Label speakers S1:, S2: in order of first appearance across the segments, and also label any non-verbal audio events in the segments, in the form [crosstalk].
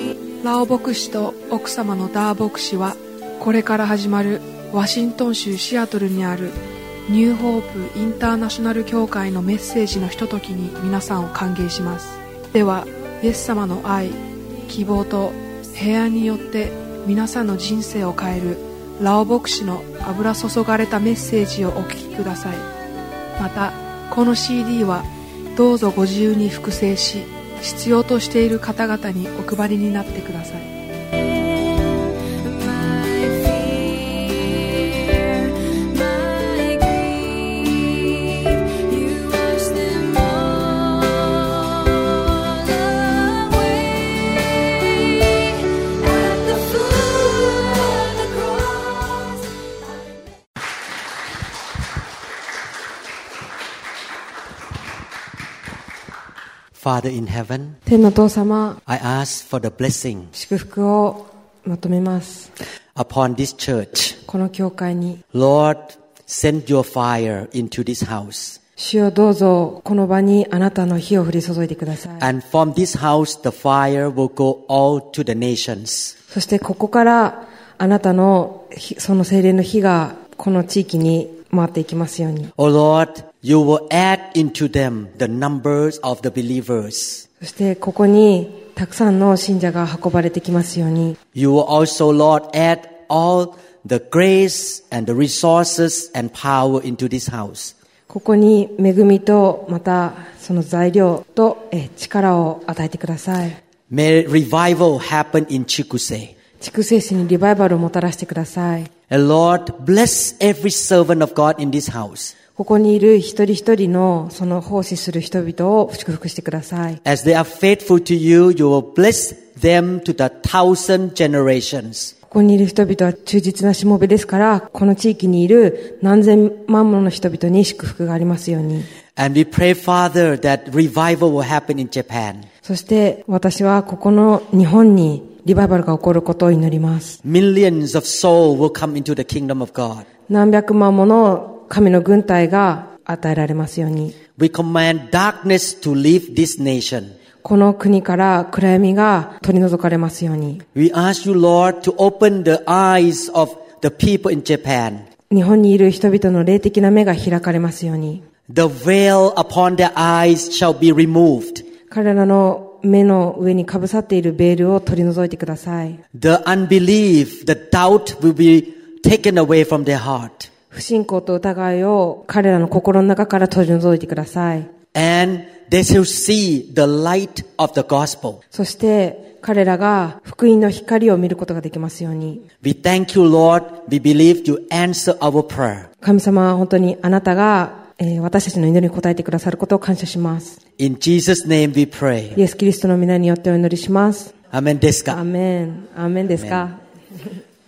S1: ー牧師と奥様のダー牧師はこれから始まるワシントン州シアトルにあるニューホープインターナショナル教会のメッセージのひとときに皆さんを歓迎しますではイエス様の愛希望と平安によって皆さんの人生を変えるラオ牧師の油注がれたメッセージをお聞きくださいまたこの CD はどうぞご自由に複製し必要としている方々にお配りになってください
S2: Father in heaven,
S3: 天のお父様、
S2: I ask for the blessing
S3: 祝福を求めます。
S2: upon this church.
S3: この教会に、
S2: Lord, send your fire into this house.
S3: 主よどうぞこの場にあなたの火を降り注いでください。
S2: And from this house, the fire will go all to the nations.
S3: そしてここからあなたの火その精霊の火がこの地域に回っていきますように。
S2: O Lord, you will add into them the numbers of the believers.
S3: そしてここにたくさんの信者が運ばれてきますように。
S2: You will also, Lord, add all the grace and the resources and power into this house.
S3: ここに恵みとまたその材料とえ力を与えてください。
S2: May revival happen in Chikuse.
S3: 畜生市にリバイバルをもたらしてください。
S2: And Lord, bless every servant of God in this house
S3: ここにいる一人一人のその奉仕する人々を祝福してください。
S2: As they are faithful to you, you will bless them to the thousand generations.
S3: ここにいる人々は忠実なしもべですから、この地域にいる何千万もの人々に祝福がありますように。
S2: And we pray, Father, that revival will happen in Japan.
S3: そして私はここの日本にリバイバルが起こることを祈ります。
S2: Millions of souls will come into the kingdom of God.
S3: 何百万もの神の軍隊が与えられますように。
S2: We command darkness to leave this nation.
S3: この国から暗闇が取り除かれますように。
S2: We ask you, Lord, to open the eyes of the people in Japan.
S3: 日本にいる人々の霊的な目が開かれますように。
S2: The veil upon their eyes shall be removed.
S3: 彼らの目の上にかぶさっているベールを取り除いてください。
S2: The unbelief, the doubt will be taken away from their heart.
S3: 不信仰と疑いを彼らの心の中から取り除いてください。
S2: And they shall see the light of the gospel.
S3: そして彼らが福音の光を見ることができますように。
S2: We thank you, Lord. We believe you answer our prayer.
S3: 神様は本当にあなたが、えー私たちの祈りに応えてくださることを感謝します。
S2: In Jesus' name we pray.
S3: イエス・キリストの皆によってお祈りします。
S2: Amen. です
S3: アー
S2: か。
S3: メン。アーメンですか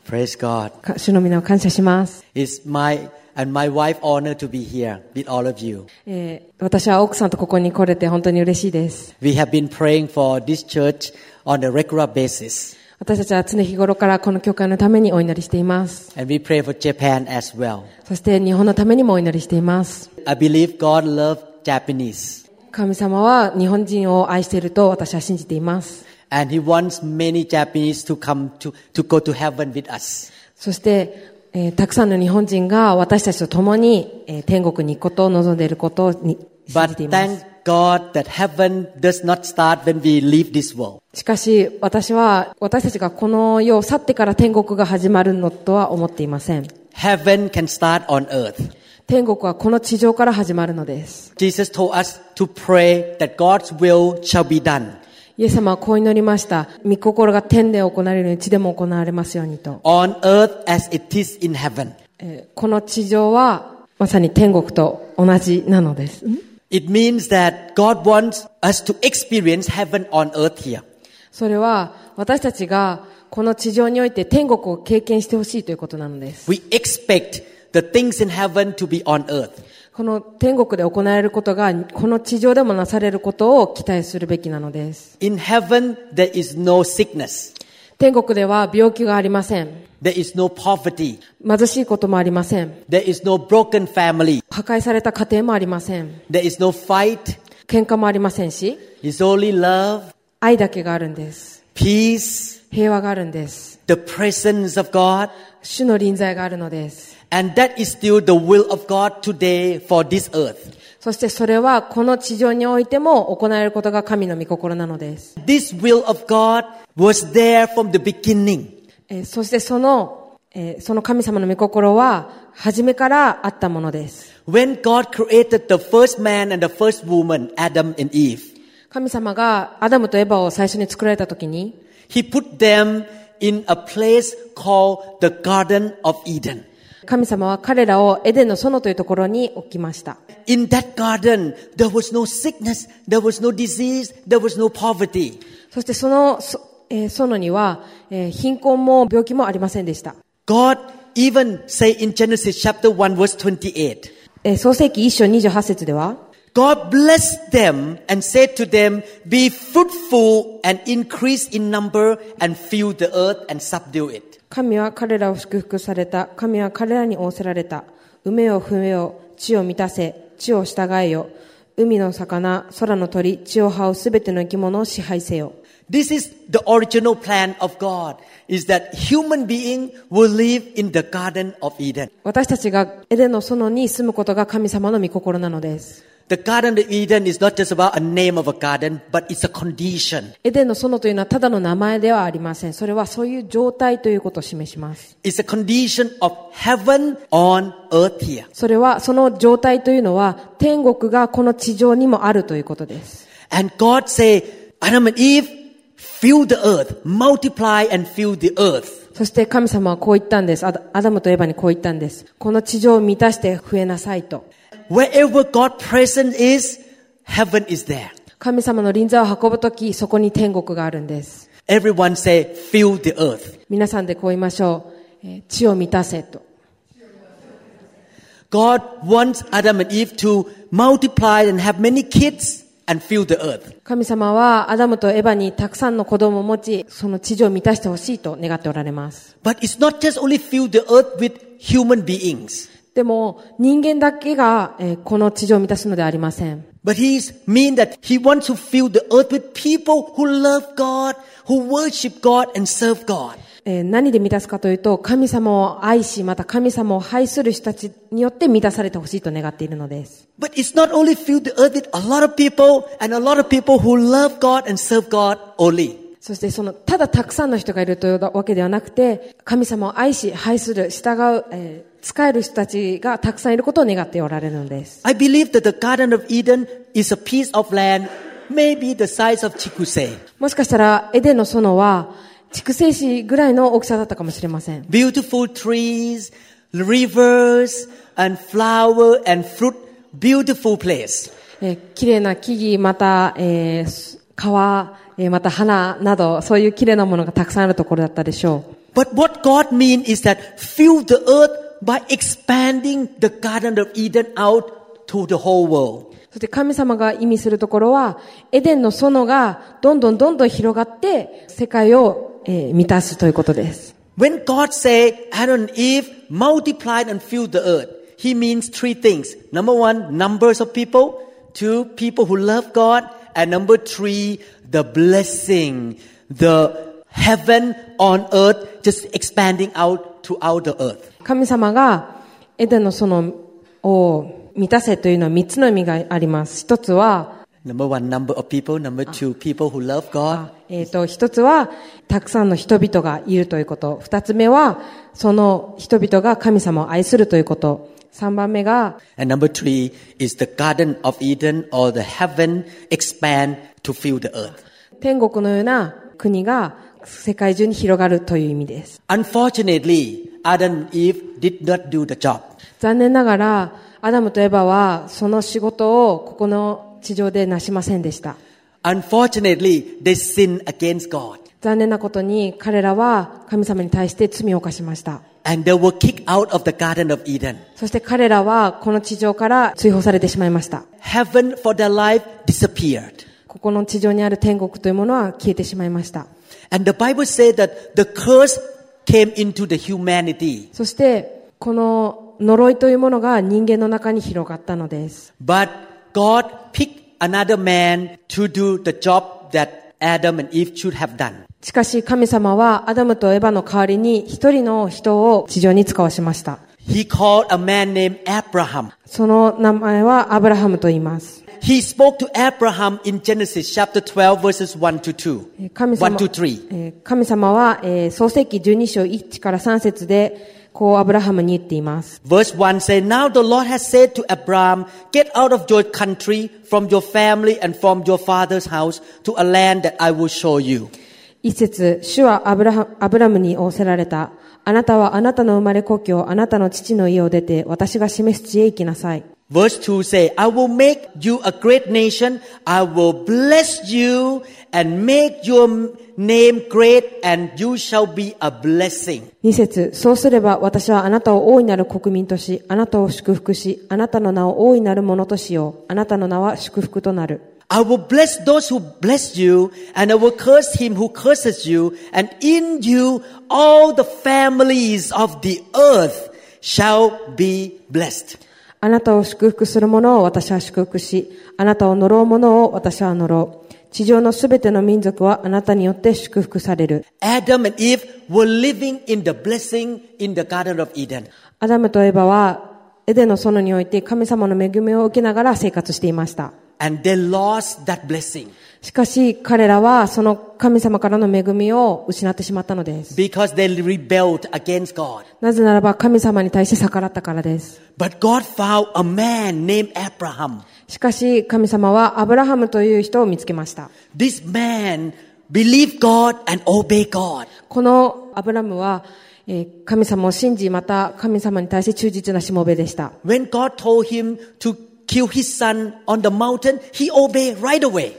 S2: Praise God.
S3: か主の皆を感謝します。
S2: It's my and my wife honor to be here with all of you.
S3: えー私は奥さんとここに来れて本当に嬉しいです。
S2: We have been praying for this church on a regular basis.
S3: 私たちは常日頃からこの教会のためにお祈りしています。
S2: And we pray for Japan as well.
S3: そして日本のためにもお祈りしています。
S2: I believe God loves Japanese.
S3: 神様は日本人を愛していると私は信じています。
S2: And he wants many Japanese to come to, to go to heaven with us.
S3: そして、えーたくさんの日本人が私たちと共に、えー天国に行くことを望んでいることをに信
S2: But
S3: じていま
S2: thank
S3: す。
S2: God that heaven does not start when we leave this world.
S3: しかし私は私たちがこの世を去ってから天国が始まるのとは思っていません。
S2: Heaven can start on earth.
S3: 天国はこの地上から始まるのです。
S2: Jesus told us to pray that God's will shall be done
S3: イエス様はこう祈りました。御心が天で行われるように地でも行われますようにと。
S2: on earth as it is in heaven.
S3: えーこの地上はまさに天国と同じなのです。
S2: It means that God wants us to experience heaven on earth here.
S3: それは私たちがこの地上において天国を経験してほしいということなのです。
S2: We expect the things in heaven to be on earth.
S3: この天国で行われることがこの地上でもなされることを期待するべきなのです。
S2: In heaven, there is no sickness.
S3: 天国では病気がありません。
S2: There is no poverty.
S3: 貧しいこともありません。
S2: There is no broken family.
S3: 破壊された家庭もありません。
S2: There is no fight.
S3: 喧嘩もありませんし、
S2: It's only love,
S3: 愛だけがあるんです。
S2: peace,
S3: 平和があるんです。
S2: the presence of God.
S3: 主の臨在があるのです。
S2: And that is still the will of God today for this earth.
S3: そしてそれはこの地上においても行えることが神の御心なのです。
S2: This will of God was there from the beginning.
S3: えーそしてその、えーその神様の御心は、初めからあったものです。
S2: When God created the first man and the first woman, Adam and Eve,
S3: 神様がアダムとエバを最初に作られた時に、
S2: He put them in a place called the Garden of Eden.
S3: 神様は彼らをエデンの園というところに置きました。
S2: In that garden, there was no sickness, there was no disease, there was no poverty.
S3: そしてその、そえー園には、えー貧困も病気もありませんでした。
S2: God even say in Genesis chapter 1 verse 28,
S3: えー創世記1章28節では、
S2: God blessed them and said to them, Be fruitful and increase in number and fill the earth and subdue it.
S3: 神は彼らを祝福された。神は彼らに仰せられた。梅よ、踏よ、地を満たせ、地を従えよ。海の魚、空の鳥、地を這うすべての生き物を支配せよ。
S2: This is the original plan of God, is that human being will live in the Garden of Eden.
S3: 私たちがエデンの園に住むことが神様の御心なのです。
S2: The Garden of Eden is not just about a name of a garden, but it's a condition.
S3: エデンの園というのはただの名前ではありません。それはそういう状態ということを示します。
S2: It's a condition of heaven on earth here.
S3: それは、その状態というのは天国がこの地上にもあるということです。
S2: And God say, Adam and Eve, fill the earth, multiply and fill the earth.
S3: そして神様はこう言ったんです。アダアダムとエバにこう言ったんです。この地上を満たして増えなさいと。
S2: Wherever God present is, heaven is there.
S3: 神様の臨在を運ぶとき、そこに天国があるんです。
S2: Everyone say, fill the earth.
S3: 皆さんでこう言いましょう。えー地を満たせと。
S2: God wants Adam and Eve to multiply and have many kids and fill the earth.
S3: 神様はアダムとエバにたくさんの子供を持ち、その地上を満たしてほしいと願っておられます。
S2: But it's not just only fill the earth with human beings,
S3: でも、人間だけが、えーこの地上を満たすのではありません。
S2: but he's mean that he wants to fill the earth with people who love God, who worship God and serve God.
S3: えー何で満たすかというと、神様を愛し、また神様を拝する人たちによって満たされてほしいと願っているのです。
S2: But it's not only fill the earth with a lot of people and a lot of people who love God and serve God only.
S3: そしてその、ただたくさんの人がいるというわけではなくて、神様を愛し、拝する、従う、えー仕える人たちがたくさんいることを願っておられるのです。
S2: I believe that the Garden of Eden is a piece of land, maybe the size of Chikuse,
S3: もしかしたら、エデンの園は、畜生市ぐらいの大きさだったかもしれません。
S2: beautiful trees, rivers, and flower and fruit, beautiful place.
S3: えー綺麗な木々、また、えーす川、えーまた花など、そういう綺麗なものがたくさんあるところだったでしょう。
S2: But what God means is that fill the earth by expanding the Garden of Eden out to the whole world.
S3: そして神様が意味するところは、エデンの園がどんどんどんどん広がって、世界を、えー満たすということです。
S2: When God say Adam and Eve multiplied and filled the earth, He means three things. Number one, numbers of people. Two, people who love God. And number three, the blessing, the heaven on earth, just expanding out to out the earth.
S3: 神様がエデンの園を満たせというのは三つの意味があります。一つは、
S2: Number one, number of people. Number two, people who love God.
S3: えっ、と、一つは、たくさんの人々がいるということ。二つ目は、その人々が神様を愛するということ。三番目が、
S2: And number three is the Garden of Eden or the heaven expand to fill the earth.
S3: 天国のような国が世界中に広がるという意味です。
S2: Unfortunately, Adam and Eve did not do the job.
S3: 残念ながら、アダムとエバは、その仕事をここの地上でなしませんでした。
S2: Unfortunately, they sinned against God
S3: 残念なことに、彼らは神様に対して罪を犯しました。
S2: and they were kicked out of the Garden of Eden.
S3: そして彼らはこの地上から追放されてしまいました。
S2: Heaven for their life disappeared.
S3: ここの地上にある天国というものは消えてしまいました。
S2: And the Bible said that the curse came into the humanity.
S3: そして、この呪いというものが人間の中に広がったのです。
S2: But God picked another man to do the job that Adam and Eve should have done.
S3: しかし神様はアダムとエヴァの代わりに一人の人を地上に使わしました。
S2: He called a man named Abraham.
S3: その名前はアブラハムと言います。
S2: He spoke to Abraham in Genesis chapter 12 verses 1 to 2.
S3: えー神
S2: 1
S3: 様
S2: to 3.
S3: えー神様は、えー創世記12章1から3節で、こうアブラハムに言っています。
S2: Verse 1 says, Now the Lord has said to Abraham, Get out of your country, from your family, and from your father's house to a land that I will show you.
S3: 一節、主はアブラハアブラムに仰せられた。あなたはあなたの生まれ故郷、あなたの父の家を出て、私が示す地へ行きなさい。
S2: Verse 2 say, I will make you a great nation. I will bless you and make your name great and you shall be a blessing.
S3: 二節、そうすれば私はあなたを大いなる国民とし、あなたを祝福し、あなたの名を大いなるものとしよう。あなたの名は祝福となる。
S2: I will bless those who bless you and I will curse him who curses you and in you all the families of the earth shall be blessed.
S3: あなたを祝福する者を私は祝福し、あなたを呪う者を私は呪う。地上のすべての民族はあなたによって祝福される。
S2: Adam and Eve were living in the blessing in the Garden of Eden.
S3: アダムとエバは、エデンの園において神様の恵みを受けながら生活していました。
S2: And they lost that blessing.
S3: しかし彼らはその神様からの恵みを失ってしまったのです。
S2: because they rebelled against God.
S3: なぜならば神様に対して逆らったからです。
S2: But God found a man named Abraham.
S3: しかし神様はアブラハムという人を見つけました。
S2: This man believed God and obeyed God.
S3: このアブラムは、えー神様を信じ、また神様に対して忠実なしもべでした。
S2: When God told him to kill his son on the mountain, he obeyed right away.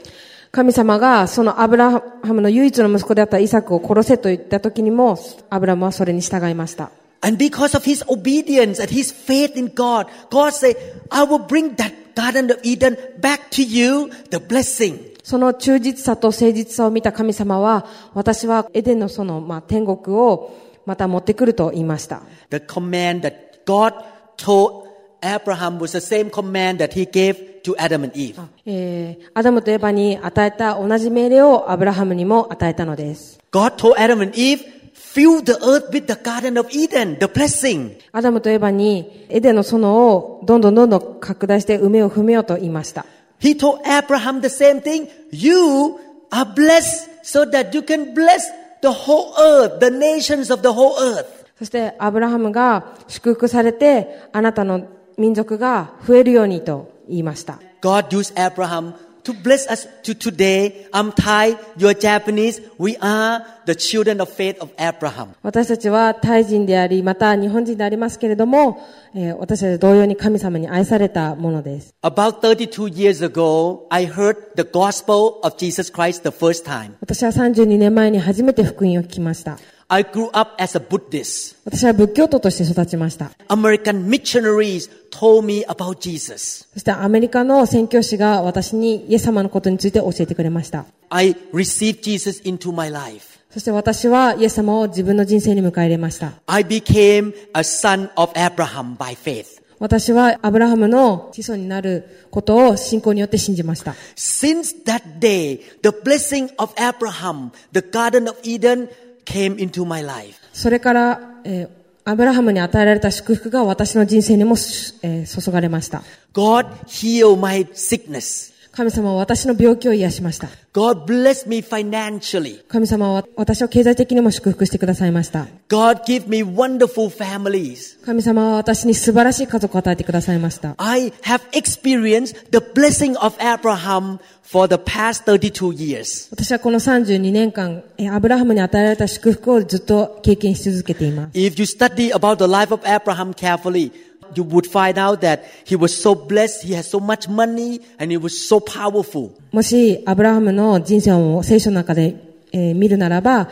S3: 神様がそのアブラハムの唯一の息子であったイサクを殺せと言った時にも、アブラムはそれに従いました。
S2: And because of his obedience and his faith in God, God said, I will bring that Garden of Eden back to you, the blessing.
S3: その忠実さと誠実さを見た神様は、私はエデンの園、まあ、天国をまた持ってくると言いました。
S2: The command that God told Abraham was the same command that he gave to Adam and
S3: Oh.
S2: Eve.
S3: えーアダムとエバに与えた同じ命令をアブラハムにも与えたのです。
S2: God told Adam and Eve, fill the earth with the Garden of Eden, the blessing.
S3: アダムとエバにエデンの園をどんどんどんどん拡大して埋めよう踏めようと言いました。
S2: He told Abraham the same thing. You are blessed so that you can bless the whole earth, the nations of the whole earth.
S3: そしてアブラハムが祝福されてあなたの民族が増えるようにと言いました。
S2: God used Abraham to bless us to today. I'm Thai, you're Japanese. We are the children of faith of Abraham.
S3: 私たちはタイ人であり、また日本人でありますけれども、えー私たち同様に神様に愛されたものです。
S2: About 32 years ago, I heard the gospel of Jesus Christ the first time.
S3: 私は32年前に初めて福音を聞きました。
S2: I grew up as a Buddhist.
S3: 私は仏教徒として育ちました。
S2: American missionaries told me about Jesus.
S3: そしてアメリカの宣教師が私にイエス様のことについて教えてくれました。
S2: I received Jesus into my life.
S3: そして私はイエス様を自分の人生に迎え入れました。
S2: I became a son of Abraham by faith.
S3: 私はアブラハムの子孫になることを信仰によって信じました。
S2: Since that day, the blessing of Abraham, the Garden of Eden, came into my life.
S3: それから、えーアブラハムに与えられた祝福が私の人生にも、しえー注がれました。
S2: God healed my sickness.
S3: 神様は私の病気を癒しました。
S2: God blessed me financially.
S3: 神様は私を経済的にも祝福してくださいました。
S2: God gave me wonderful families.
S3: 神様は私に素晴らしい家族を与えてくださいました。
S2: I have experienced the blessing of Abraham for the past 32 years.
S3: 私はこの32年間、えーアブラハムに与えられた祝福をずっと経験し続けています。
S2: If you study about the life of Abraham carefully, you would find out that he was so blessed, he had so much money, and he was so powerful.
S3: もし、アブラハムの人生を聖書の中で、えー見るならば、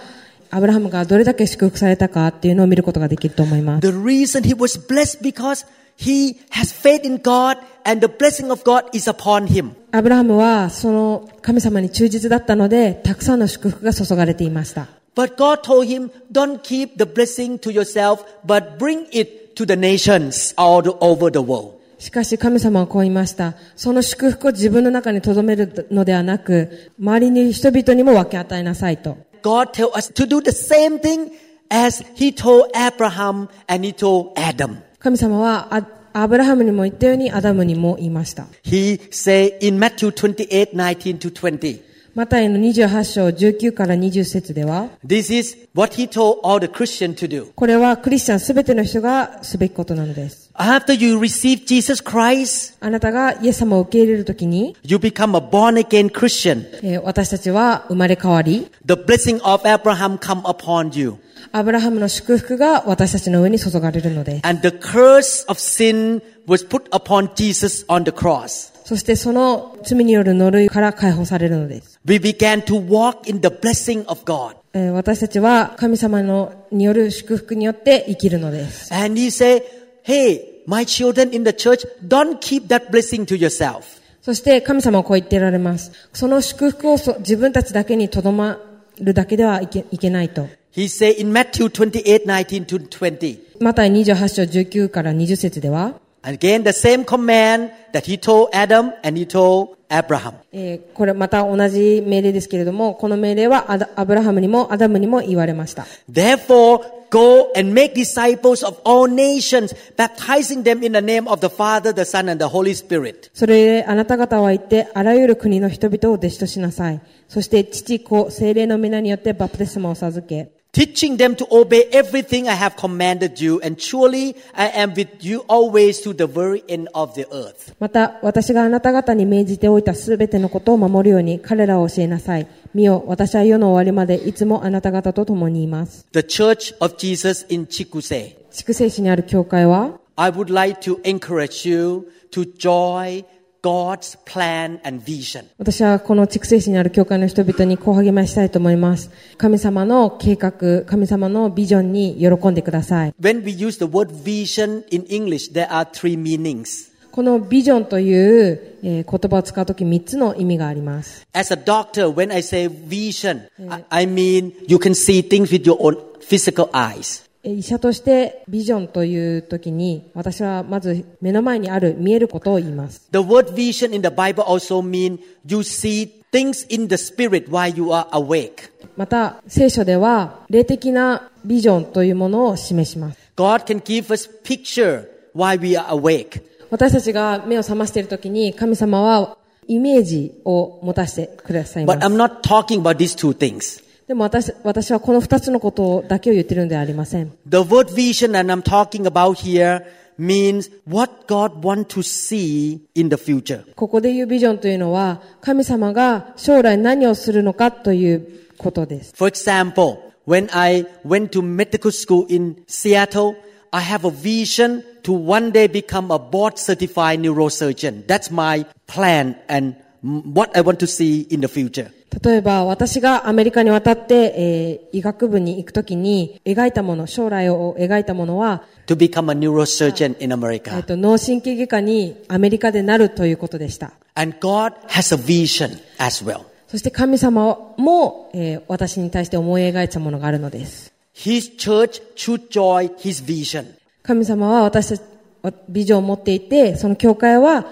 S3: アブラハムがどれだけ祝福されたかっていうのを見ることができると思います。
S2: The reason he was blessed because he has faith in God and the blessing of God is upon him.
S3: アブラハムは、その神様に忠実だったので、たくさんの祝福が注がれていました。
S2: But God told him, don't keep the blessing to yourself, but bring it to the nations all over the world.
S3: しかし神様はこう言いました。その祝福を自分の中に留めるのではなく、周りにいる人々にも分け与えなさいと。
S2: God tells us to do the same thing as He told Abraham and He told Adam.
S3: 神様はあアブラハムにも言ったようにアダムにも言いました
S2: He say in Matthew 28, 19 to 20.
S3: マタイの28章19から20節では
S2: This is what He told all the Christian to do.
S3: これはクリスチャンすべての人がすべきことなのです
S2: After you receive Jesus Christ,
S3: あなたがイエス様を受け入れるときに、
S2: you become a born again Christian.
S3: えー私たちは生まれ変わり
S2: The blessing of Abraham come upon you.
S3: アブラハムの祝福が私たちの上に注がれるのです
S2: And the curse of sin was put upon Jesus on the cross.
S3: そしてその罪による呪いから解放されるのです、
S2: We began to walk in the blessing of God.
S3: えー私たちは神様のによる祝福によって生きるのです
S2: And he said, Hey, my children in the church, don't keep that blessing to yourself.
S3: そして神様はこう言ってられますその祝福をそ自分たちだけにとどまるだけではいけいけないと
S2: He said in Matthew 28, 19 to 20.
S3: マタイ28章19から20節では
S2: Again, the same command that he told Adam and he told Abraham.
S3: えーこれまた同じ命令ですけれども、この命令はアダアブラハムにもアダムにも言われました。
S2: Therefore, go and make disciples of all nations, baptizing them in the name of the Father, the Son, and the Holy Spirit.
S3: それゆえあなた方は言って、あらゆる国の人々を弟子としなさい。そして父、子、精霊の皆によってバプテスマを授け、
S2: Teaching them to obey everything I have commanded you, and surely I am with you always to the very end of the earth.
S3: また私があなた方に命じておいたすべてのことを守るように彼らを教えなさい。見よ、私は世の終わりまでいつもあなた方と共にいます。
S2: The Church of Jesus in Chikuse.
S3: 筑西市にある教会は、
S2: I would like to encourage you to join God's plan and vision.
S3: 私はこの筑西市にある教会の人々にこう励ましたいと思います。神様の計画、神様のビジョンに喜んでください。
S2: When we use the word vision in English, there are three meanings.
S3: このビジョンという、えー言葉を使うとき3つの意味があります。
S2: As a doctor, when I say vision, I, I mean you can see things with your own physical eyes.
S3: えー医者としてビジョンというときに、私はまず目の前にある見えることを言います。
S2: The word vision in the Bible also means you see things in the spirit while you are awake.
S3: また、聖書では霊的なビジョンというものを示します。
S2: God can give us picture while we are awake.
S3: 私たちが目を覚ましているときに、神様はイメージを持たせてくださいます
S2: But。I'm not talking about these two things.
S3: でも私私はこの二つのことだけを言ってるのではありません。
S2: The word vision that I'm talking about here means what God wants to see in the future.
S3: ここで言うビジョンというのは、神様が将来何をするのかということです。
S2: For example, when I went to medical school in Seattle, I have a vision to one day become a board certified neurosurgeon. That's my plan and m- what I want to see in the future.
S3: 例えば、私がアメリカに渡って、えー医学部に行くときに描いたもの、将来を描いたものは、
S2: To become a neurosurgeon in
S3: えっ
S2: America.
S3: と、脳神経外科にアメリカでなるということでした。
S2: And God has a vision as well.
S3: そして神様も、えー私に対して思い描いたものがあるのです。
S2: His church should join his vision.
S3: 神様は私たち、わビジョンを持っていて、その教会は、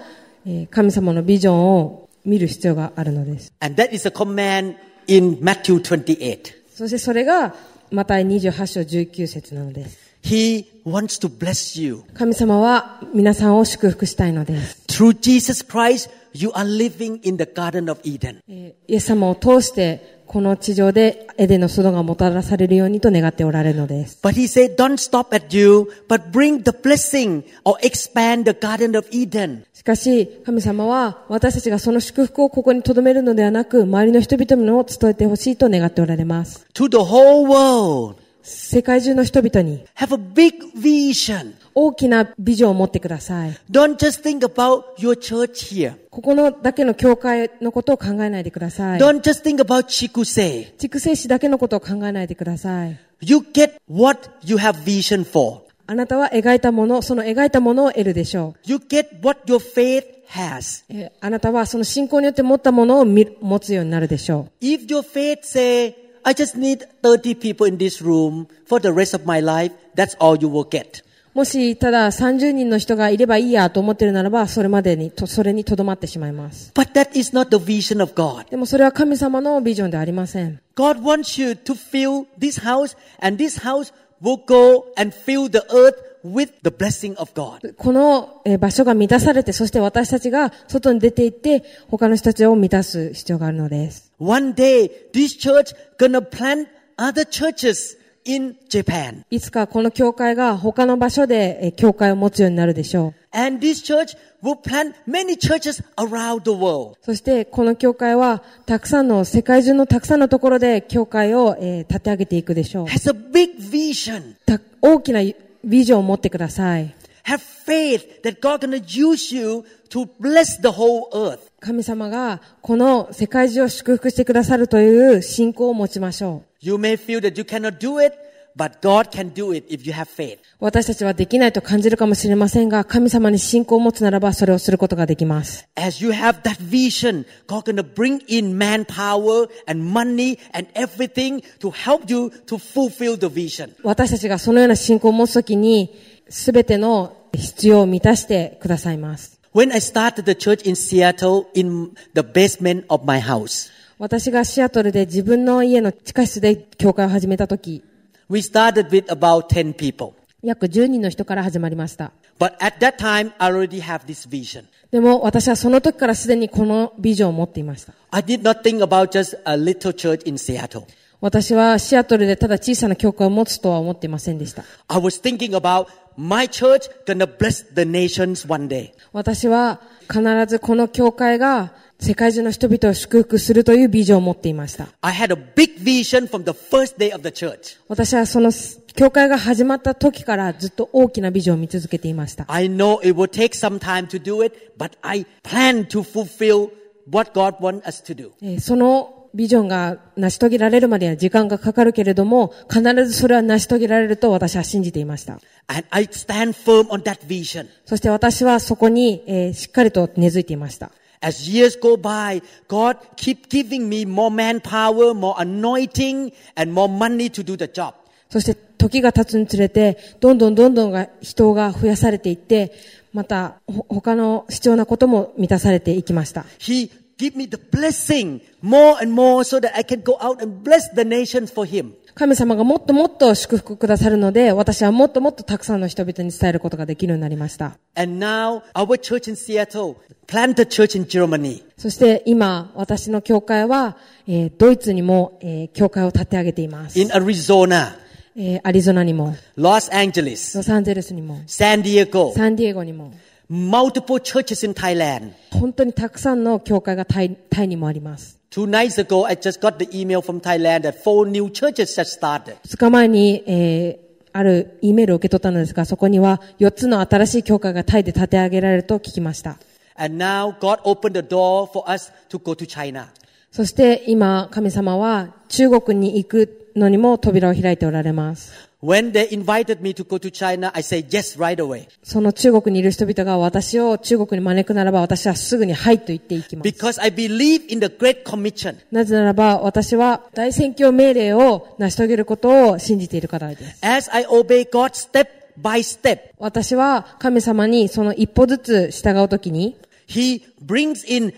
S3: えー神様のビジョンを見る必要があるのです。
S2: And that is a command in Matthew 28.
S3: そしてそれが、マタイ28章19節なのです。
S2: He wants to bless you.
S3: 神様は皆さんを祝福したいのです。
S2: Through Jesus Christ, you are living in the Garden of Eden.
S3: えーイエス様を通して、この地上でエデンの園がもたらされるようにと願っておられるのです。
S2: But he said, don't stop at you, but bring the blessing or expand the Garden of Eden.
S3: しかし、神様は私たちがその祝福をここに留めるのではなく、周りの人々にも伝えてほしいと願っておられます。
S2: To the whole world,
S3: 世界中の人々に
S2: have a big vision.
S3: 大きなビジョンを持ってください。
S2: Don't just think about your church here.
S3: ここのだけの教会のことを考えないでください。
S2: Don't just think about Chikuse.
S3: 畜生市だけのことを考えないでください。
S2: You get what you have vision for.
S3: あなたは描いたもの、その描いたものを得るでしょ
S2: You get what your faith has.
S3: う。えーあなたはその信仰によって持ったものを見る持つようになるでしょ
S2: If your faith say, I just need 30 people in this room for the rest of my life, that's all you will get.
S3: う。もしただ30人の人がいればいいやと思っているならば、それまでにと、それにとどまってしまいます。
S2: But that is not the vision of God.
S3: でもそれは神様のビジョンではありません。
S2: God wants you to fill this house, and this house will go and fill the earth with the blessing of God.
S3: このえー場所が満たされて、そして私たちが外に出て行って、他の人たちを満たす必要があるのです。
S2: One day, this church gonna plant other churches in Japan.
S3: いつかこの教会が他の場所でえー教会を持つようになるでしょう。
S2: And this church will plant many churches around the world.
S3: そして、この教会は、たくさんの、世界中のたくさんのところで、教会を、えー立て上げていくでしょう。
S2: Has a big vision.
S3: た大きなビジョンを持ってください。
S2: Have faith that God gonna use you to bless the whole earth.
S3: 神様が、この世界中を祝福してくださるという信仰を持ちましょう。
S2: You may feel that you cannot do it, but God can do it if you have faith.
S3: 私たちはできないと感じるかもしれませんが、神様に信仰を持つならば、それをすることができます。
S2: As you have that vision, God gonna bring in manpower and money and everything to help you to fulfill the vision.
S3: 私たちがそのような信仰を持つときに、すべての必要を満たしてくださいます。
S2: When I started the church in Seattle in the basement of my house,
S3: 私がシアトルで自分の家の地下室で教会を始めたとき、
S2: we started with about 10 people.
S3: 約10人の人から始まりました。
S2: But at that time, I already have this vision.
S3: でも私はその時からすでにこのビジョンを持っていました。
S2: I did not think about just a little church in Seattle.
S3: 私はシアトルでただ小さな教会を持つとは思っていませんでした。
S2: I was thinking about my church gonna bless the nations one day.
S3: 私は必ずこの教会が世界中の人々を祝福するというビジョンを持っていました。
S2: I had a big vision from the first day of the church.
S3: 私はその教会が始まった時からずっと大きなビジョンを見続けていました。
S2: I know it will take some time to do it, but I plan to fulfill what God wants us to do.
S3: えーそのビジョンが成し遂げられるまでには時間がかかるけれども、必ずそれは成し遂げられると私は信じていました。
S2: And I stand firm on that vision.
S3: そして私はそこに、えーしっかりと根付いていました。
S2: As years go by, God keep giving me more manpower, more anointing, and more money to do the job.
S3: そして時が経つにつれて、どんどんどんどんが人が増やされていって、またほ他の必要なことも満たされていきました。
S2: He give me the blessing more and more so that I can go out and bless the nations for Him.
S3: 神様がもっともっと祝福くださるので、私はもっともっとたくさんの人々に伝えることができるようになりました。
S2: And now our church in Seattle planted church in Germany.
S3: そして今、私の教会は、えードイツにも、えー教会を立て上げています。
S2: in Arizona,
S3: えーアリゾナにも、
S2: Los Angeles,
S3: ロサンゼルスにも、
S2: San Diego,
S3: サンディエゴにも、
S2: multiple churches in Thailand.
S3: 本当にたくさんの教会がタイタイにもあります。
S2: Two nights ago, I just got the email from Thailand that four new churches have started.
S3: 2日前に、えーある E メールを受け取ったのですが、そこには4つの新しい教会がタイで立て上げられると聞きました。
S2: And now God opened the door for us to go to China.
S3: そして今、神様は中国に行くのにも扉を開いておられます。
S2: When they invited me to go to China, I said yes right away
S3: その中国にいる人々が私を中国に招くならば私はすぐにはいと言っていきます。
S2: because I believe in the Great Commission.
S3: なぜならば私は大宣教命令を成し遂げることを信じているからです。
S2: As I obey God step by step,
S3: 私は神様にその一歩ずつ従うときに、
S2: He brings in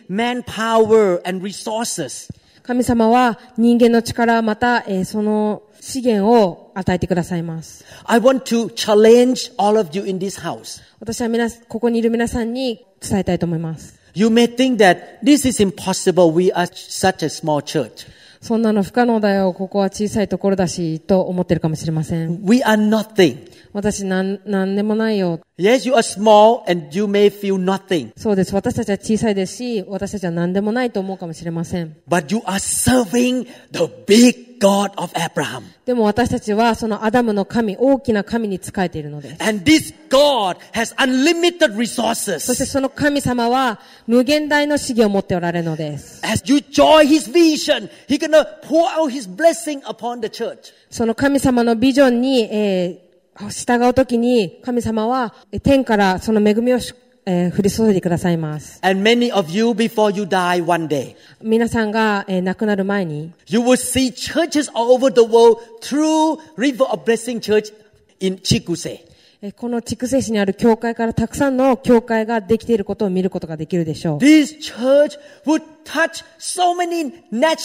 S2: manpower and resources.
S3: 神様は人間の力、また、えーその資源を与えてくださいます。
S2: I want to challenge all of you in this house.
S3: 私は皆さん、ここにいる皆さんに伝えたいと思います。
S2: You may think that this is impossible. We are such a small church.
S3: そんなの不可能だよ、ここは小さいところだし、と思ってるかもしれません。
S2: We are nothing.
S3: 私なん、なんでもないよ。
S2: Yes, you are small and you may feel nothing,
S3: そうです。私たちは小さいですし、私たちは何でもないと思うかもしれません。
S2: but you are serving the big God of Abraham.
S3: でも私たちはそのアダムの神、大きな神に仕えているのです。
S2: And this God has unlimited
S3: そして
S2: resources.
S3: その神様は無限大の資源を持っておられるのです。
S2: As you join his vision, he's gonna pour out his blessing upon the church.
S3: その神様のビジョンに、えー従うときに、神様はえ天からその恵みをし、えー降り注いでくださいます。
S2: And many of you, before you die one day,
S3: 皆さんが、えー亡くなる前に、
S2: you will see churches all over the world through River of Blessing Church in Chikuse.
S3: えーこの筑西市にある教会からたくさんの教会ができていることを見ることができるでしょう。
S2: This church would touch so many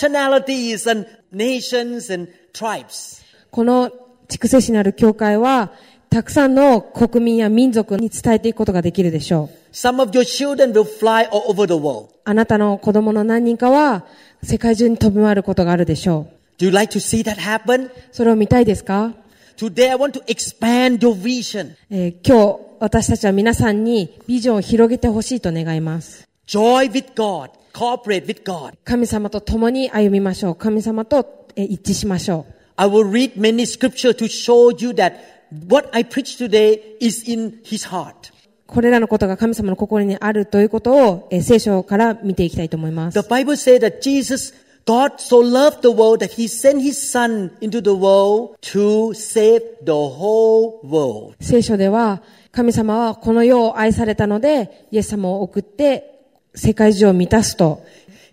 S2: nationalities and nations and tribes.
S3: この筑西市にある教会は、たくさんの国民や民族に伝えていくことができるでしょう。
S2: Some of your children will fly all over the world.
S3: あなたの子供の何人かは、世界中に飛び回ることがあるでしょ
S2: Do you like to see that happen?
S3: う。それを見たいですか
S2: Today I want to expand your vision.
S3: えー今日、私たちは皆さんにビジョンを広げてほしいと願います。
S2: Joy with God. Cooperate with God.
S3: 神様と共に歩みましょう。神様とえー一致しましょう。
S2: I will read many scripture to show you that what I preach today is in his heart.
S3: これらのことが神様の心にあるということを、えー聖書から見ていきたいと思います
S2: The。Bible says that Jesus, God so loved the world that he sent his son into the world to save the whole world.
S3: 聖書では、神様はこの世を愛されたので、イエス様を送って、世界中を満たすと。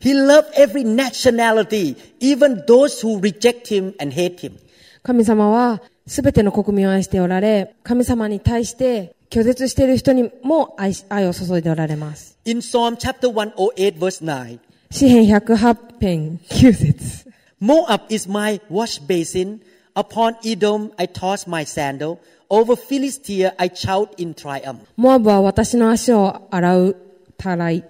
S2: He loved every nationality, even those who reject him and hate him.
S3: 神様は、すべての国民を愛しておられ、神様に対して拒絶している人にも愛し愛を注いでおられます。
S2: In Psalm chapter 108 verse 9,
S3: 詩篇108編9節
S2: Moab is my wash basin. Upon Edom I toss my sandal. Over Philistia I shout in triumph.
S3: モアブは私の足を洗うたらい。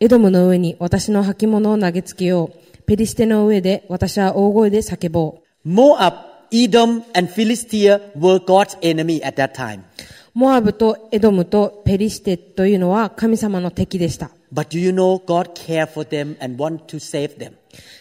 S3: エドムの上に私の履物を投げつけよう。ペリシテの上で私は大声で叫ぼう。
S2: Moab, Edom, and Philistia were God's enemy at that time.
S3: モアブとエドムとペリシテというのは神様の敵でした。
S2: But do you know God cared for them and want to save them?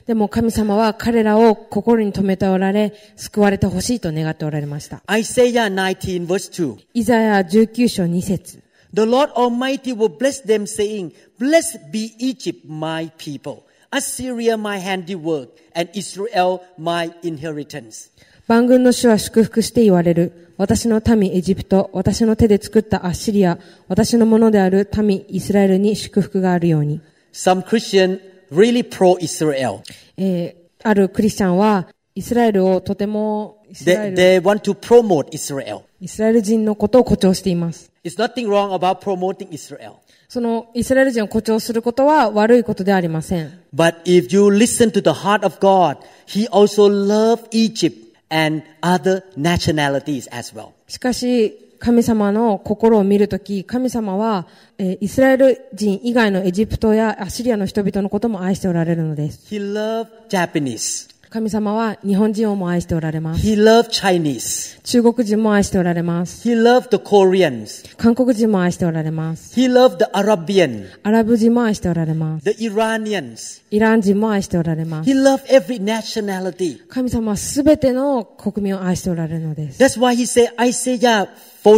S3: でも神様は彼らを心に留めておられ、救われてほしいと願っておられました。
S2: Isaiah 19 verse 2.
S3: イザヤ19章2節
S2: The Lord Almighty will bless them saying, Blessed be Egypt, my people, Assyria, my handiwork, and Israel, my inheritance.
S3: 万軍の主は祝福して言われる。私の民エジプト、私の手で作ったアッシリア、私のものである民イスラエルに祝福があるように。
S2: Some Christian really pro-Israel.
S3: えーあるクリスチャンは、イスラエルをとても、イスラ
S2: They,
S3: エル
S2: they want to promote Israel.
S3: イスラエル人のことを誇張しています。
S2: It's nothing wrong about promoting Israel.
S3: その、イスラエル人を誇張することは悪いことではありません。
S2: But if you listen to the heart of God, He also loved Egypt and other nationalities as well.
S3: しかし、神様の心を見るとき、神様は、えーイスラエル人以外のエジプトやアシリアの人々のことも愛しておられるのです。
S2: He loved Japanese.
S3: 神様は日本人をも愛しておられます。
S2: He loved Chinese.
S3: 中国人も愛しておられます。
S2: He loved the Koreans.
S3: 韓国人も愛しておられます。
S2: He loved the Arabian,
S3: アラブ人も愛しておられます。
S2: the Iranians.
S3: イラン人も愛しておられます。
S2: He loved every nationality.
S3: 神様はすべての国民を愛しておられるのです。
S2: That's why he said Isaiah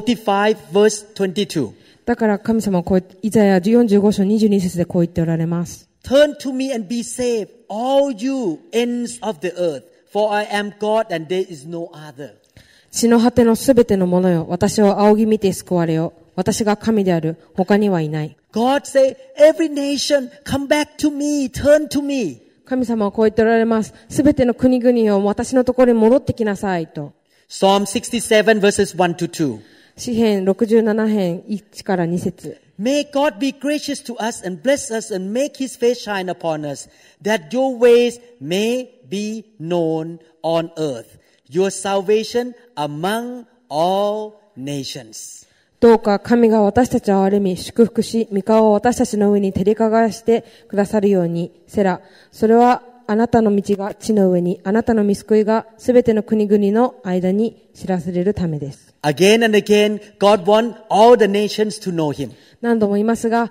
S2: 45 verse 22.
S3: だから神様はこう、イザヤ45章22節でこう言っておられます。
S2: Turn to me and be saved, all you ends of the earth, for I am God and there is no other.
S3: 地の果てのすべてのものよ。私を仰ぎ見て救われよ。私が神である。他にはいない。
S2: God say, every nation, come back to me, turn to me.
S3: 神様はこう言っておられます。すべての国々を私のところに戻ってきなさいと。
S2: Psalm 67 verses 1 to 2.
S3: 詩篇67編1から2節
S2: May God be gracious to us and bless us and make his face shine upon us, that your ways may be known on earth, your salvation among all nations.
S3: どうか神が私たちを憐れみ、祝福し、御顔を私たちの上に照り輝してくださるように、セラ。それはあなたの道が地の上に、あなたの見救いがすべての国々の間に知らせれるためです。
S2: Again and again, God wants all the nations to know him.
S3: 何度も言いますが、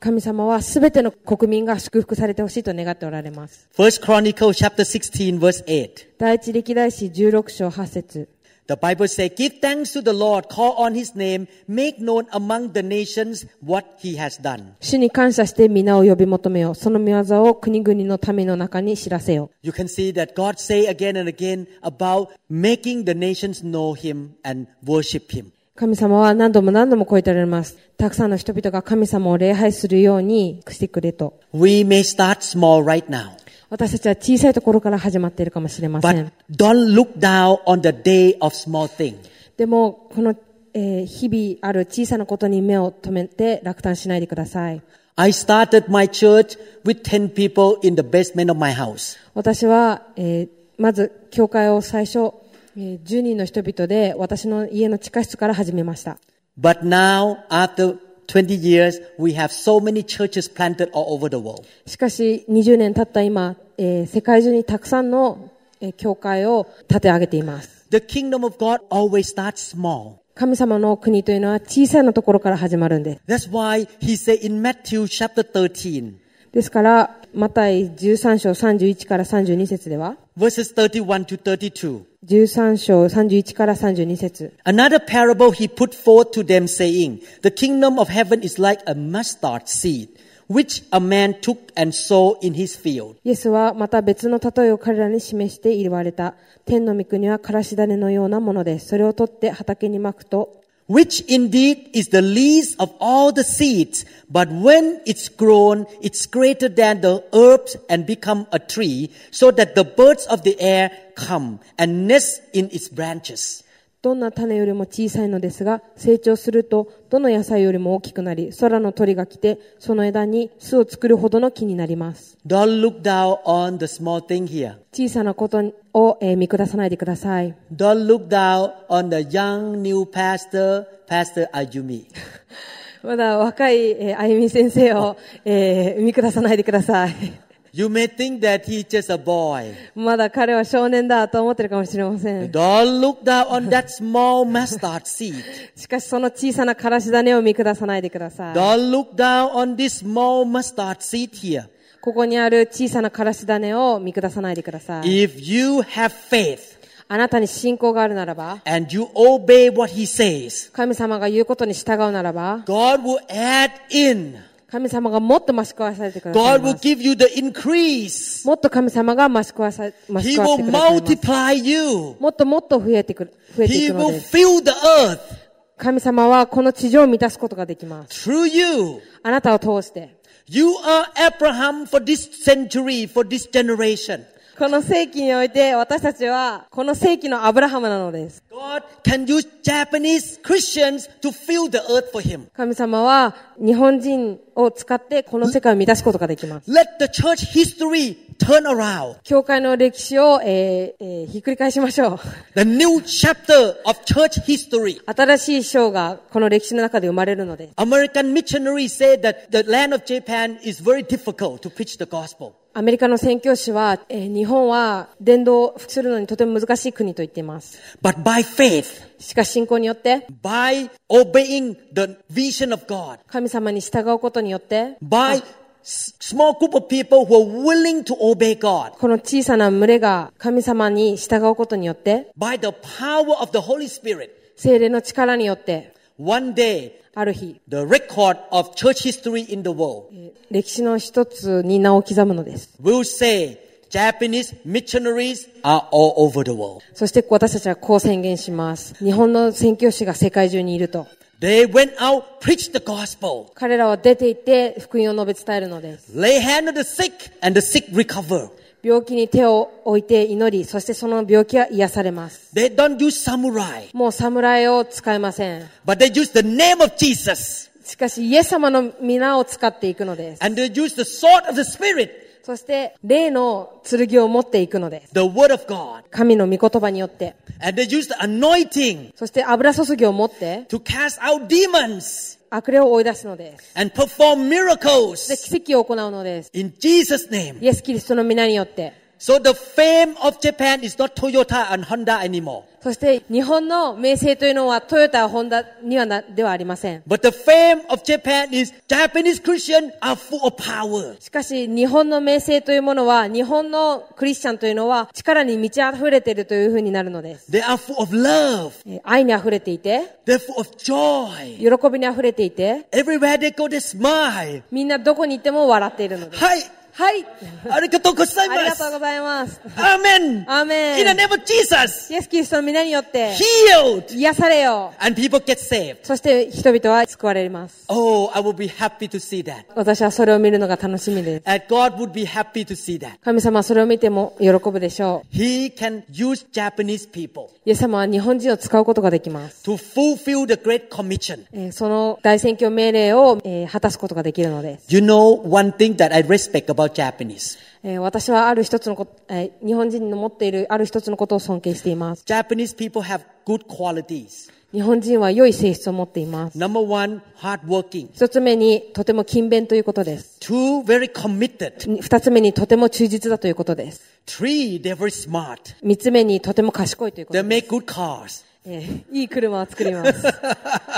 S3: 神様はすべての国民が祝福されてほしいと願っておられます。
S2: First Chronicle chapter 16 verse 8.
S3: 第一歴代史16章8節
S2: The Bible says, Give thanks to the Lord, call on his name, make known among the nations what he has done.
S3: 主に感謝して皆を呼び求めよ。その見業を国々の民の中に知らせよ。
S2: You can see that God say again and again about making the nations know him and worship him.
S3: 神様は何度も何度も超えておられます。たくさんの人々が神様を礼拝するようにしてくれと。
S2: We may start small right now,
S3: 私たちは小さいところから始まっているかもしれません
S2: but。don't look down on the day of small thing.
S3: でも、このえー日々ある小さなことに目を留めて落胆しないでください。
S2: I started my church with 10 people in the basement of my house.
S3: 私は、えーまず教会を最初、えー10人の人々で私の家の地下室から始めました。
S2: But now, after 20 years, we have so many churches planted all over the world.
S3: しかし20年経った今、えー世界中にたくさんの、えー教会を立て上げています。
S2: The kingdom of God always starts small.
S3: 神様の国というのは小さなところから始まるんです。
S2: That's why he said in Matthew chapter 13,
S3: ですから、マタイ13章31から32節では、
S2: verses 31 to 32.
S3: 13章31から32節
S2: Another parable he put forth to them, saying, The kingdom of heaven is like a mustard seed, which a man took and sowed in his field.
S3: イエスはまた別の例えを彼らに示して言われた。天の御国はからし種のようなもので、それを取って畑にまくと、
S2: which indeed is the least of all the seeds, but when it's grown, it's greater than the herbs and become a tree, so that the birds of the air come and nest in its branches.
S3: どんな種よりも小さいのですが、成長すると、どの野菜よりも大きくなり、空の鳥が来て、その枝に巣を作るほどの木になります。
S2: Don't look down on the small thing here.
S3: 小さなことを、えー見下さないでください。
S2: Don't look down on the young new pastor, Pastor Ayumi.
S3: まだ若い、えーあゆみ先生を、えー見下さないでください。 [laughs]
S2: You may think that he's just a boy.
S3: まだ彼は少年だと思ってるかもしれません。
S2: Don't look down on that small mustard seed.
S3: しかしその小さなからし種を見下さないでください。
S2: Don't look down on this small mustard seed here.
S3: ここにある小さなからし種を見下さないでください。
S2: If you have faith
S3: あなたに信仰があるならば、
S2: and you obey what he says,
S3: 神様が言うことに従うならば、
S2: God will add in.
S3: 神様がもっと増し加えされてください
S2: God will
S3: ます。
S2: give you the increase.
S3: もっと神様が増し加えさ、増し
S2: He
S3: 加え
S2: will
S3: てくださいま
S2: multiply
S3: す。
S2: you.
S3: もっともっと増えてくる、増えてい
S2: He
S3: くの
S2: will
S3: です。
S2: fill the earth
S3: 神様はこの地上を満たすことができます。
S2: through you.
S3: あなたを通して。
S2: You are Abraham for this century, for this generation.
S3: この世紀において私たちはこの世紀のアブラハムなのです。
S2: God can use Japanese Christians to fill the earth for him.
S3: 神様は日本人を使ってこの世界を満たすことができます。
S2: Let the church history turn around.
S3: 教会の歴史を、えーえーひっくり返しましょう。
S2: The new chapter of church history.
S3: 新しい章がこの歴史の中で生まれるので、
S2: American missionaries said that the land of Japan is very difficult to preach the gospel.
S3: アメリカの宣教師は、えー日本は伝道を服するのにとても難しい国と言っています。
S2: But by faith,
S3: しかし信仰によって、
S2: by obeying the vision of God,
S3: 神様に従うことによって、
S2: by s- small group of people who are willing to obey God,
S3: この小さな群れが神様に従うことによって、
S2: by the power of the Holy Spirit,
S3: 精霊の力によって、
S2: one day
S3: ある日、
S2: the record of church history in the world
S3: 歴史の一つに名を刻むのです。
S2: will say Japanese missionaries are all over the world.
S3: そして私たちはこう宣言します。日本の宣教師が世界中にいると。
S2: They went out, preached the gospel,
S3: 彼らは出て行って福音を述べ伝えるのです。
S2: lay hand on the sick, and the sick recover.
S3: 病気に手を置いて祈り、そしてその病気は癒されます。
S2: They don't use samurai,
S3: もう侍を使いません。
S2: but they use the name of Jesus
S3: しかし、イエス様の皆を使っていくのです。
S2: and they use the sword of the Spirit,
S3: そして、霊の剣を持っていくのです。
S2: the word of God,
S3: 神の御言葉によって。
S2: and they use the anointing
S3: そして、油注ぎを持って、
S2: to cast out demons
S3: 悪霊を追い出すのです。
S2: and perform
S3: そし
S2: miracles
S3: て、奇跡を行うのです。
S2: in Jesus' name.
S3: イエス・キリストの皆によって。
S2: So the fame of Japan is not Toyota and Honda anymore,
S3: そして、日本の名声というのは、トヨタ、ホンダにはな、ではありません。
S2: but the fame of Japan is Japanese Christians are full of power.
S3: しかし、日本の名声というものは、日本のクリスチャンというのは、力に満ち溢れているというふうになるのです。
S2: They are full of love.
S3: えー愛に溢れていて、
S2: They're full of joy.
S3: 喜びに溢れていて、
S2: Everywhere they go, they smile.
S3: みんなどこに行っても笑っているのです。
S2: Hi,
S3: はい。
S2: ありがとうござい
S3: あり
S2: ま
S3: が
S2: す
S3: とうございます。
S2: Amen.
S3: Amen.
S2: In the name of Jesus,
S3: イエス・キリストの皆によって、
S2: healed.
S3: 癒されよ。
S2: And people get saved.
S3: そして人々は救われます。
S2: Oh, I will be happy to see that.
S3: 私はそれを見るのが楽しみです。
S2: And God would be happy to see that.
S3: 神様はそれを見ても喜ぶでしょ
S2: He can use Japanese people
S3: う。イエス様は日本人を使うことができます。
S2: to fulfill the Great Commission.
S3: えーその大宣教命令を、えー果たすことができるのです。
S2: You know one thing that I respect about Japanese.
S3: えー私はある一つのこと、えー日本人の持っているある一つのことを尊敬しています。
S2: Japanese people have good qualities.
S3: 日本人は良い性質を持っています。
S2: Number one, hardworking.
S3: 一つ目に、とても勤勉ということです。
S2: Two, very committed.
S3: に二つ目に、とても忠実だということです。
S2: Three, they're very smart.
S3: 三つ目に、とても賢いというこ
S2: They
S3: とです。
S2: make good cars.
S3: えーいい車を作ります。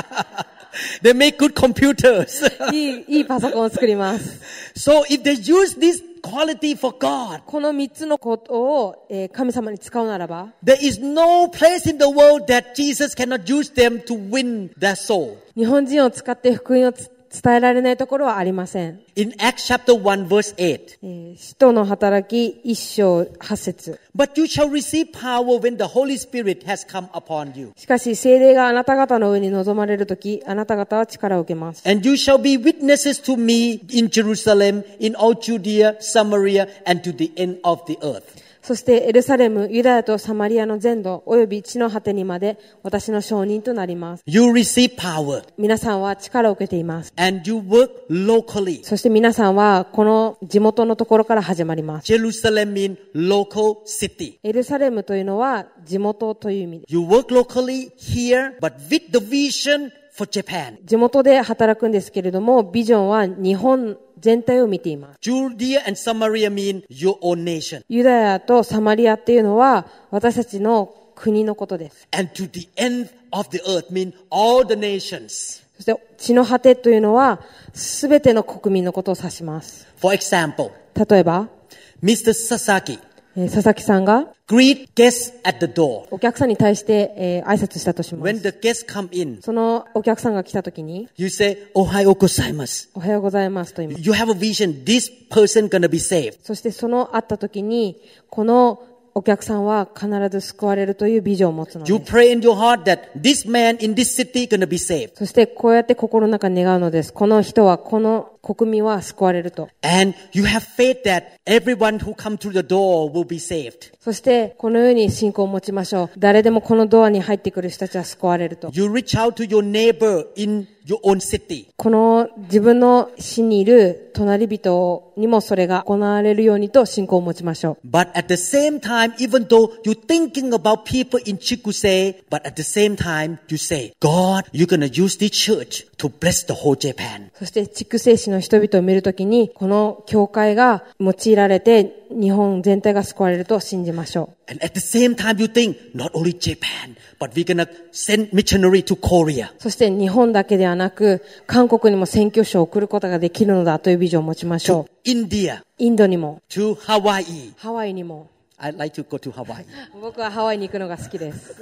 S3: [laughs]
S2: they make good computers. [laughs]
S3: いい、いいパソコンを作ります。
S2: so if they use this quality for God,
S3: この三つのことを、えー神様に使うならば、
S2: there is no place in the world that Jesus cannot use them to win their soul.
S3: 日本人を使って福音をつ伝えられないところはありません。
S2: In Acts chapter 1 verse 8,
S3: えー使徒の働き一章八節
S2: but you shall receive power when the Holy Spirit has come upon you.
S3: しかし、聖霊があなた方の上に臨まれるとき、あなた方は力を受けます。
S2: And you shall be witnesses to me in Jerusalem, in all Judea, Samaria, and to the end of the earth.
S3: そして、エルサレム、ユダヤとサマリアの全土、及び地の果てにまで、私の証人となります。
S2: You receive power
S3: 皆さんは力を受けています。
S2: and you work locally.
S3: そして皆さんは、この地元のところから始まります。
S2: Jerusalem means local city.
S3: エルサレムというのは地元という意味です。
S2: You work locally here, but with the vision for Japan.
S3: 地元で働くんですけれども、ビジョンは日本全体を見ています。
S2: Judea and Samaria mean your own nation.
S3: ユダヤとサマリアっていうのは私たちの国のことです。
S2: And to the end of the earth mean all the nations.
S3: そして地の果てというのは全ての国民のことを指します。
S2: For example,
S3: 例えば、
S2: Mr. Sasaki
S3: えー佐々木さんが
S2: greet guests at the door.
S3: お客さんに対して、えー挨拶したとしま
S2: When
S3: す。
S2: the guests come in,
S3: そのお客さんが来た時に、
S2: You say, "Oh, Ohio gozaimasu.
S3: おはようございますと言います。
S2: You have a vision. This person gonna be saved.
S3: そしてその会った時に、このお客さんは必ず救われるというビジョンを持つのです
S2: You。pray in your heart that this man in this city gonna be saved.
S3: そしてこうやって心の中に願うのです。この人は、この国民は救われると。
S2: And you have faith that everyone who come through the door will be saved.
S3: そして、このように信仰を持ちましょう。誰でもこのドアに入ってくる人たちは救われると。
S2: You reach out to your neighbor in your own city.
S3: この自分の死にいる隣人にもそれが行われるようにと信仰を持ちましょう。
S2: But at the same time, even though you're thinking about people in Chikusei, but at the same time, you say, God, you're gonna use this church to bless the whole Japan.
S3: そして、畜生死の人々を見るときに、この教会が用いられて、日本全体が救われると信じましょう。
S2: And at the same time, you think not only Japan, but we're gonna send missionary to Korea.
S3: そして日本だけではなく、韓国にも選挙書を送ることができるのだというビジョンを持ちまし
S2: to
S3: ょう。
S2: India,
S3: インドにも、
S2: to Hawaii.
S3: ハワイにも。
S2: I'd like to go to Hawaii. [laughs]
S3: 僕はハワイに行くのが好きです。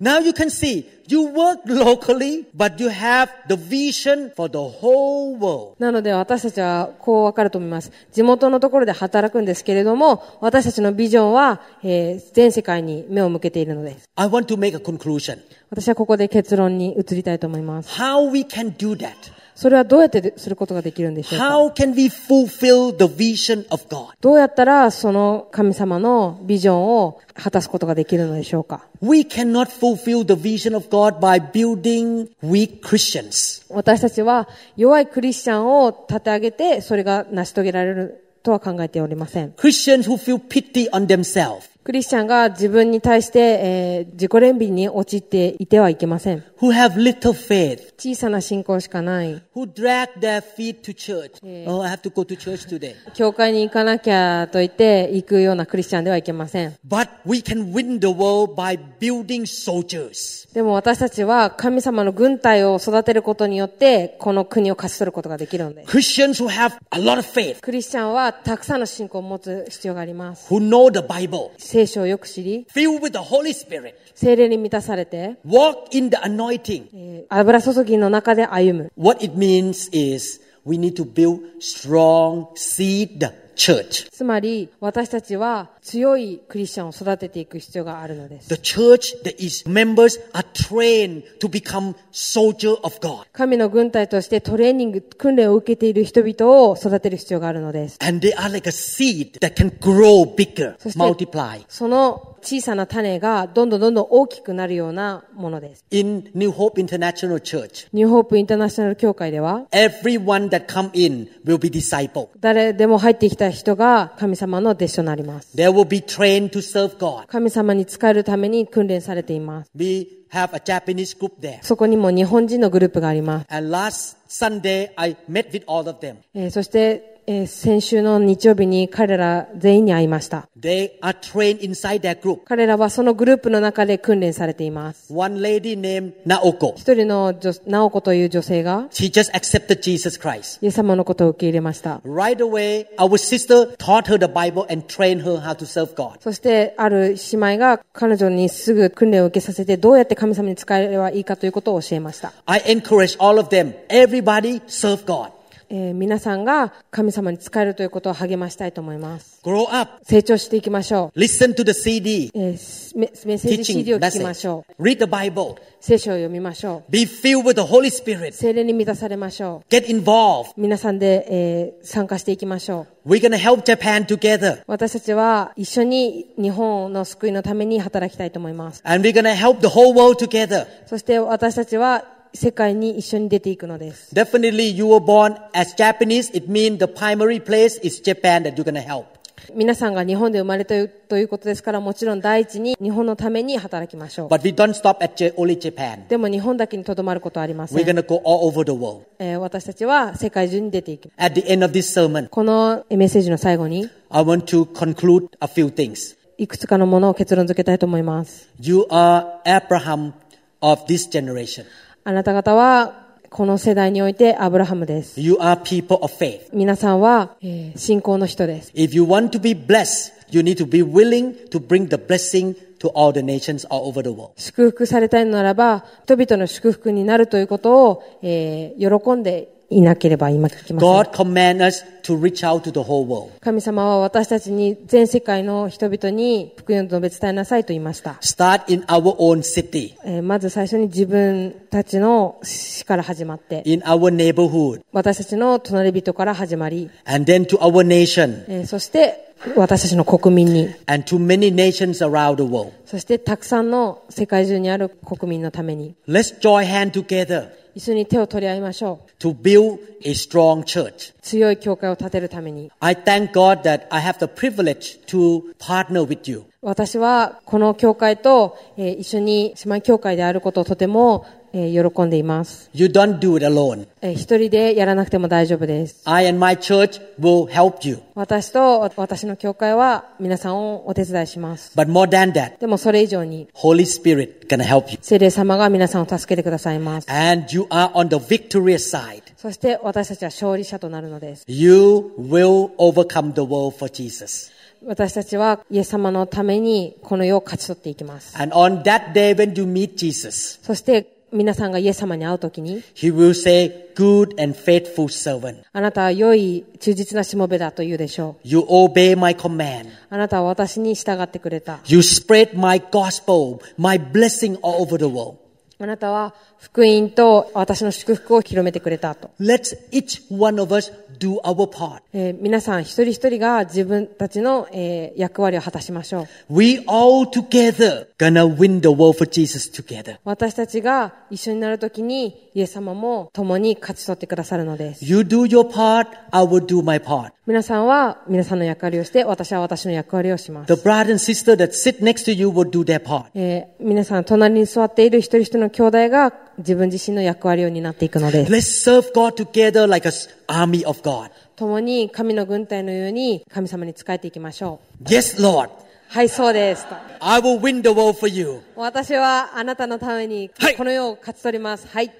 S2: now you can see, you work locally, but you have the vision for the whole world.
S3: なので私たちはこうわかると思います。地元のところで働くんですけれども、私たちのビジョンは、えー全世界に目を向けているのです。
S2: I want to make a conclusion.
S3: 私はここで結論に移りたいと思います。
S2: How we can do that?
S3: それはどうやってですることができるんでしょうか
S2: How can we fulfill the vision of God?
S3: どうやったらその神様のビジョンを果たすことができるのでしょうか
S2: We cannot fulfill the vision of God by building weak Christians.
S3: 私たちは弱いクリスチャンを立て上げて、それが成し遂げられるとは考えておりません。
S2: Christians who feel pity on themselves,
S3: クリスチャンが自分に対して、えー自己憐憫に陥っていてはいけません。
S2: who have little faith,
S3: 小さな信仰しかない。
S2: who drag their feet to church. Oh, I have to go to church today.
S3: 教会に行かなきゃと言って行くようなクリスチャンではいけません。
S2: But we can win the world by building soldiers.
S3: でも私たちは神様の軍隊を育てることによって、この国を勝ち取ることができるのです。
S2: Christians who have a lot of faith,
S3: クリスチャンはたくさんの信仰を持つ必要があります。
S2: who know the Bible,
S3: し聖書をよく知り、
S2: filled with the Holy Spirit,
S3: 精霊に満たされて、
S2: walk in the anointing.
S3: えー油注ぎの中で歩む。
S2: What it means is we need to build strong seed church.
S3: つまり、私たちは強いクリスチャンを育てていく必要があるのです。
S2: The church that is members are trained to become soldier of God.
S3: 神の軍隊としてトレーニング、訓練を受けている人々を育てる必要があるのです。
S2: And they are like a seed that can grow bigger,
S3: そして
S2: multiply.
S3: その小さな種がどんどんどんどん大きくなるようなものです。
S2: In New Hope International Church,
S3: ニューホープインターナショナル協会では、
S2: everyone that come in will be discipled.
S3: 誰でも入ってきた人が神様の弟子となります。
S2: They will be trained to serve God.
S3: 神様に仕えるために訓練されています。
S2: We have a Japanese group there.
S3: そこにも日本人のグループがあります。
S2: And last Sunday, I met with all of them.
S3: えーそして、えー先週の日曜日に彼ら全員に会いました。
S2: They are trained inside their group.
S3: 彼らはそのグループの中で訓練されています。
S2: One lady named Naoko.
S3: 一人の女直子という女性が、
S2: She just accepted Jesus Christ.
S3: イエス様のことを受け入れました。
S2: Right away, our sister taught her the Bible and trained her how to serve God.
S3: そして、ある姉妹が彼女にすぐ訓練を受けさせて、どうやって神様に使えればいいかということを教えました。
S2: I encourage all of them. Everybody serve God.
S3: えー皆さんが神様に使えるということを励ましたいと思います。
S2: Grow up.
S3: 成長していきましょ
S2: Listen to the CD.
S3: う。えーすメメッセージ CD を
S2: Teaching
S3: 聞きまし
S2: message.
S3: ょう。
S2: Read the Bible.
S3: 聖書を読みましょ
S2: Be filled with the Holy
S3: う。
S2: Spirit.
S3: 精霊に満たされましょ
S2: Get involved.
S3: う。皆さんで、えー参加していきましょう。
S2: We're going to help Japan together.
S3: 私たちは一緒に日本の救いのために働きたいと思います。
S2: And we're going to help the whole world together.
S3: そして私たちは世界に一緒に出ていくのです。
S2: Definitely, you were born as Japanese. It means the primary place is Japan that you're going to help.
S3: 皆さんが日本で生まれたということですからもちろん第一に日本のために働きましょう。
S2: But we don't stop at J- only Japan.
S3: でも日本だけにとどまることはありませ
S2: We're
S3: ん。
S2: going to go all over the world.
S3: えー私たちは世界中に出ていきます
S2: At the end of this sermon,
S3: このメッセージの最後に
S2: I want to conclude a few things.
S3: いくつかのものを結論付けたいと思います。
S2: You are Abraham of this generation.
S3: あなた方はこの世代においてアブラハムです。
S2: You are people of faith.
S3: 皆さんは、えー信仰の人です。
S2: If you want to be blessed, you need to be willing to bring the blessing to all the nations all over the world.
S3: 祝福されたいのならば、人々の祝福になるということを、えー喜んでいなければ今聞きません。
S2: God commands us to reach out to the whole world.
S3: 神様は私たちに全世界の人々に福音を述べ伝えなさいと言いました。
S2: Start in our own city,
S3: えーまず最初に自分たちの死から始まって、
S2: in our neighborhood,
S3: 私たちの隣人から始まり、
S2: and then to our nation,
S3: えーそして私たちの国民に、
S2: and to many nations around the world.
S3: そしてたくさんの世界中にある国民のために、
S2: Let's join hands together
S3: 一緒に手を取り合いましょう。
S2: to build a strong church.
S3: 強い教会を建てるために。
S2: I thank God that I have the privilege to partner with you.
S3: 私はこの教会と、えー一緒に姉妹教会であることをとても、えー喜んでいます、
S2: You don't do it alone.
S3: えー一人でやらなくても大丈夫です。
S2: I and my church will help you.
S3: 私と私の教会は皆さんをお手伝いします。
S2: But more than that,
S3: でもそれ以上に、
S2: Holy Spirit gonna help you.
S3: 聖霊様が皆さんを助けてくださいます。
S2: And you are on the victorious side.
S3: そして私たちは勝利者となるのです。
S2: You will overcome the world for Jesus.
S3: 私たちはイエス様のためにこの世を勝ち取っていきます。
S2: And on that day when you meet Jesus,
S3: そして皆さんがイエス様に会うときに、
S2: he will say, good and faithful servant.
S3: あなたは良い忠実なしもべだと言うでしょう。
S2: You obey my command.
S3: あなたは私に従ってくれた。
S2: You spread my gospel, my blessing all over the world.
S3: あなたは福音と私の祝福を広めてくれたと。
S2: Let each one of us do our part.
S3: えー皆さん一人一人が自分たちの、えー役割を果たしましょう。
S2: We all together gonna win the world for Jesus together.
S3: 私たちが一緒になるときに、イエス様も共に勝ち取ってくださるのです。
S2: You do your part, I will do my part.
S3: 皆さんは皆さんの役割をして、私は私の役割をしま
S2: The
S3: す。
S2: brother and sister that sit next to you will do their part.
S3: えー皆さん、隣に座っている一人一人の兄弟が自分自身の役割を担っていくのです。
S2: Let's serve God together like an army of God.
S3: 共に神の軍隊のように神様に仕えていきましょう。
S2: Yes, Lord,
S3: はい、そうです。と
S2: I will win the world for you.
S3: 私はあなたのために
S2: はい
S3: この世を勝ち取ります。はい。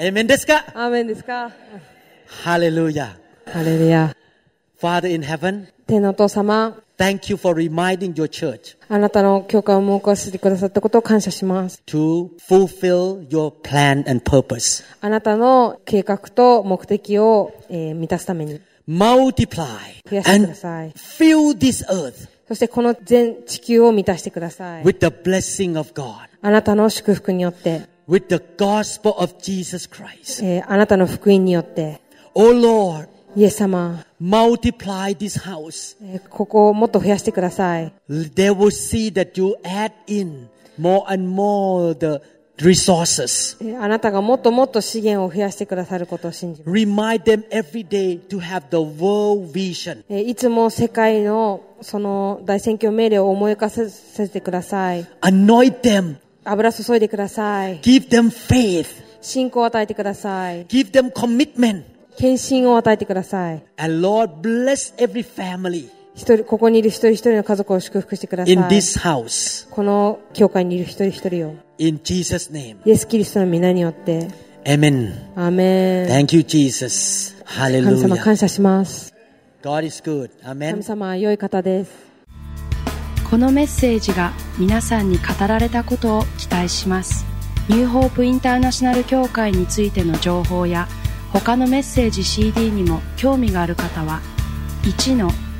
S2: Amen. ですか
S3: アーメンですか
S2: Hallelujah.
S3: ハレルヤ。
S2: Father in heaven,
S3: 天のお父様、
S2: thank you for reminding your church
S3: あなたの教会を設かせてくださったことを感謝します。
S2: to fulfill your plan and purpose.
S3: あなたの計画と目的を、えー満たすために、
S2: Multiply
S3: 増やしてくだ
S2: and
S3: さい。
S2: fill this earth
S3: そしてこの全地球を満たしてください。
S2: with the blessing of God,
S3: あなたの祝福によって、
S2: with the gospel of Jesus Christ.
S3: えーあなたの福音によって、
S2: Oh Lord,
S3: イエス様、
S2: multiply this house.
S3: えーここをもっと増やしてください。
S2: They will see that you add in more and more the resources.
S3: えーあなたがもっともっと資源を増やしてくださることを信じます。
S2: Remind them every day to have the world vision.
S3: えーいつも世界のその大宣教命令を思い浮かせせてください。
S2: Anoint them.
S3: 油注いでください。
S2: Give them faith.
S3: 信仰を与えてください。
S2: Give them commitment.
S3: 献身を与えてください。
S2: And Lord, bless every family
S3: 一人、ここにいる一人一人の家族を祝福してください。
S2: in this house.
S3: この教会にいる一人一人を、
S2: In Jesus' name.
S3: イエス・キリストの皆によって、
S2: Amen.
S3: アーメン。
S2: Thank you, Jesus.
S3: 神様
S2: Hallelujah.
S3: 感謝します。
S2: God is good.
S3: 神
S2: Amen.
S3: 様は良い方です。
S4: このメッセージが皆さんに語られたことを期待しますニューホープインターナショナル協会についての情報や他のメッセージ CD にも興味がある方は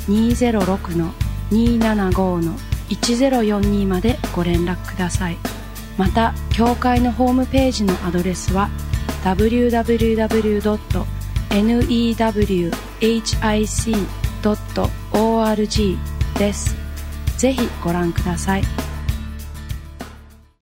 S4: 1-206-275-1042までご連絡くださいまた協会のホームページのアドレスは www.newhic.org ですぜひご覧ください。